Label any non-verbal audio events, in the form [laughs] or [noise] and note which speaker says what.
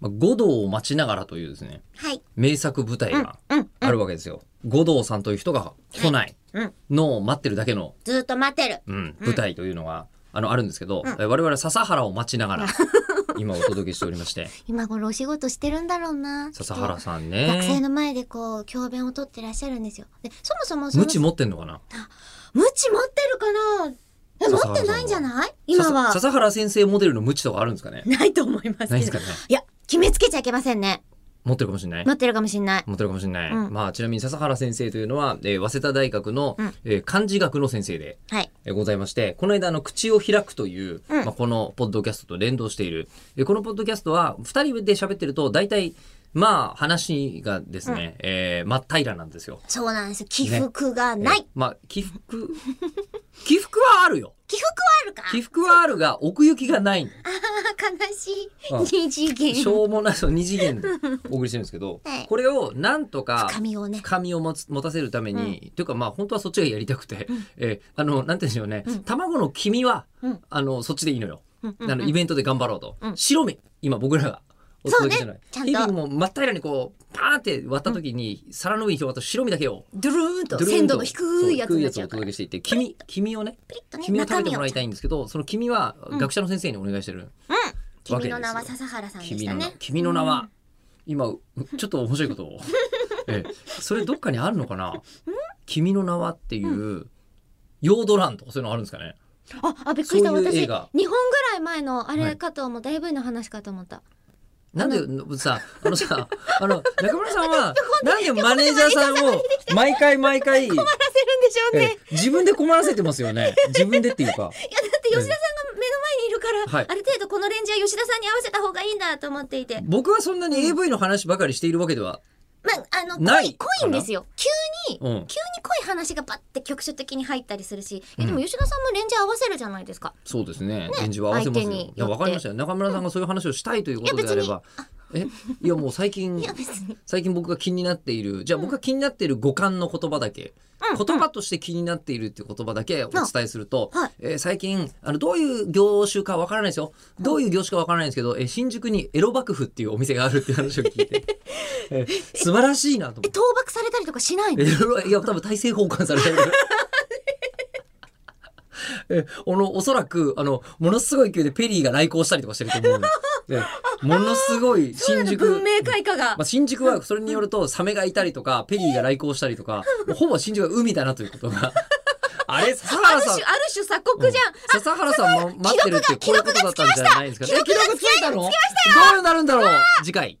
Speaker 1: まあ五道を待ちながらというですね、
Speaker 2: はい。
Speaker 1: 名作舞台が
Speaker 2: うん。
Speaker 1: あるわけですよ。五道さんという人が来ない
Speaker 2: うん。
Speaker 1: のを待ってるだけの、
Speaker 2: ずーっと待ってる。
Speaker 1: うん、舞台というのが、あの、あるんですけど、え我々笹原を待ちな
Speaker 2: [laughs]
Speaker 1: がら、今お届けしておりまして、
Speaker 2: 今頃お仕事してるんだろうな。
Speaker 1: 笹原さん
Speaker 2: 学生
Speaker 1: ね、
Speaker 2: の前でこう、教鞭を取ってらっしゃるんですよ。で、そもそもその、
Speaker 1: 無知持ってんのかな
Speaker 2: 無知持ってるかなえ、
Speaker 1: 笹原
Speaker 2: 持
Speaker 1: さんは
Speaker 2: ってないんじゃない今は
Speaker 1: 笹。笹原先生モデルの無知とかあるんですかね
Speaker 2: ないと思いますけど。
Speaker 1: ないですかね
Speaker 2: いや、決めつけちゃいけませんね。
Speaker 1: 持ってるかもしれない
Speaker 2: 持。ってるかもしんない。
Speaker 1: 持ってるかもしれない。
Speaker 2: うん
Speaker 1: まあ、ちなみに笹原先生というのは、えー早稲田大学の、
Speaker 2: うん
Speaker 1: えー漢字学の先生で、
Speaker 2: はい。
Speaker 1: えーございまして、この間、あの、口を開くという、
Speaker 2: うん
Speaker 1: まあ、このポッドキャストと連動している。でこのポッドキャストは、二人で喋ってると、大体、まあ、話がですね、えー真っ平らなんですよ。
Speaker 2: そうなんですよ。起伏がな
Speaker 1: え
Speaker 2: い。
Speaker 1: ーまあ、起伏、 [laughs] 起伏はあるよ。
Speaker 2: 起伏はあるか
Speaker 1: 起伏はあるが、奥行きがない。
Speaker 2: あー悲しい
Speaker 1: あ。
Speaker 2: 二次
Speaker 1: し
Speaker 2: 元。、
Speaker 1: ょうもない、そう、二次元でお送りしてるんですけど
Speaker 2: はい
Speaker 1: これを、なんとか、
Speaker 2: 髪をね。
Speaker 1: 紙を持つ持たせるために、というかまあ本当はそっちがやりたくて、えーあのなんて言うんでしょうね、卵の黄身は、
Speaker 2: うん
Speaker 1: あのそっちでいいのよ、
Speaker 2: うん
Speaker 1: あのイベントで頑張ろうと、
Speaker 2: うん
Speaker 1: 白身今僕らがお
Speaker 2: そう
Speaker 1: 届
Speaker 2: ね
Speaker 1: けしてない、
Speaker 2: ちゃん
Speaker 1: 日
Speaker 2: と
Speaker 1: 々も真っ平らにこうパーンって割った時に、皿の上に広がった白身だけを
Speaker 2: ドゥルーンと
Speaker 1: ドゥルーン
Speaker 2: 鮮度の低いやつ
Speaker 1: そう
Speaker 2: に
Speaker 1: 低
Speaker 2: なっち
Speaker 1: を
Speaker 2: ゃ
Speaker 1: お
Speaker 2: うから
Speaker 1: 届。けしていて黄身黄身をね
Speaker 2: ピリッとね、
Speaker 1: 黄身を食べてもらい
Speaker 2: 中
Speaker 1: たいんですけどその黄身は学者の先生にお願いしてる、
Speaker 2: 身を。
Speaker 1: わけですよ
Speaker 2: 君の名は笹原さんでし
Speaker 1: 君
Speaker 2: た
Speaker 1: の名
Speaker 2: ね。
Speaker 1: 君の名は、今うちょっと面白いこと
Speaker 2: [laughs]
Speaker 1: を、ええ、それどっかにあるのかな君の名はっていう、ヨードランとかそういうのあるんですかね
Speaker 2: あ、あ、びっくりした。
Speaker 1: そういう
Speaker 2: 私、
Speaker 1: 映
Speaker 2: 日
Speaker 1: 画
Speaker 2: 本ぐらい前のあ
Speaker 1: は
Speaker 2: れ
Speaker 1: い
Speaker 2: かと思った。AV の話かと思った。
Speaker 1: なんでさあのさあの中村さんはなんでマネージャーさんを毎回毎回、
Speaker 2: 出せるんでしょうね。
Speaker 1: ええ自分で困らせてますよね自分でっていう [laughs] か
Speaker 2: いや、だって吉田さんが目の前にいるから、
Speaker 1: はい
Speaker 2: ある程度このレンジは吉田さんに合わせた方がいいんだと思っていて。
Speaker 1: 僕はそんなに AV の話ばかりしているわけでは、
Speaker 2: まあ、あの、濃、
Speaker 1: ないい
Speaker 2: 濃いんですよ。急に、急
Speaker 1: う
Speaker 2: に
Speaker 1: ん、
Speaker 2: 濃い話がバッて局所的に入ったりするし、えでも
Speaker 1: うん
Speaker 2: 吉田さんもレンジ合わせるじゃないですか。
Speaker 1: そうですね。返事は合わせます
Speaker 2: 相
Speaker 1: よ。
Speaker 2: 手に
Speaker 1: い
Speaker 2: よって
Speaker 1: や、わかりましたよ。中村さんがそういう話をしたいということであれば。え、いや、もう最近
Speaker 2: いや、別に。
Speaker 1: 最近僕が気になっている、じゃあ僕が気になっている五感の言葉だけ、言葉として気になっているっていう言葉だけお伝えすると、
Speaker 2: うんはい
Speaker 1: えー最近、あの、どういう業種かわからないですよ。どういう業種かわからないんですけど、えー新宿にエロ幕府っていうお店があるっていう話を聞い [laughs] て、えー素晴らしいなと思っ
Speaker 2: え、
Speaker 1: て。
Speaker 2: 倒幕されたりとかしないの
Speaker 1: えいろいろいや多分体制奉還されてる。 [laughs] えあのおそらくあのものすごい勢いでペリーが来航したりとかしてると思うのえものすご [laughs] い新宿
Speaker 2: 文明開化
Speaker 1: ま
Speaker 2: が
Speaker 1: あ、。新宿はそれによるとサメがいたりとかペリーが来航したりとかもうほぼ新宿は海だなということが [laughs] あれ笹
Speaker 2: あ
Speaker 1: 原
Speaker 2: る
Speaker 1: さん
Speaker 2: 種、ある種鎖国じゃん。
Speaker 1: 笹原さんも待ってるってこういうことだったんじゃないですか。
Speaker 2: 記録が
Speaker 1: え記録ついたのどうなるんだろう次回。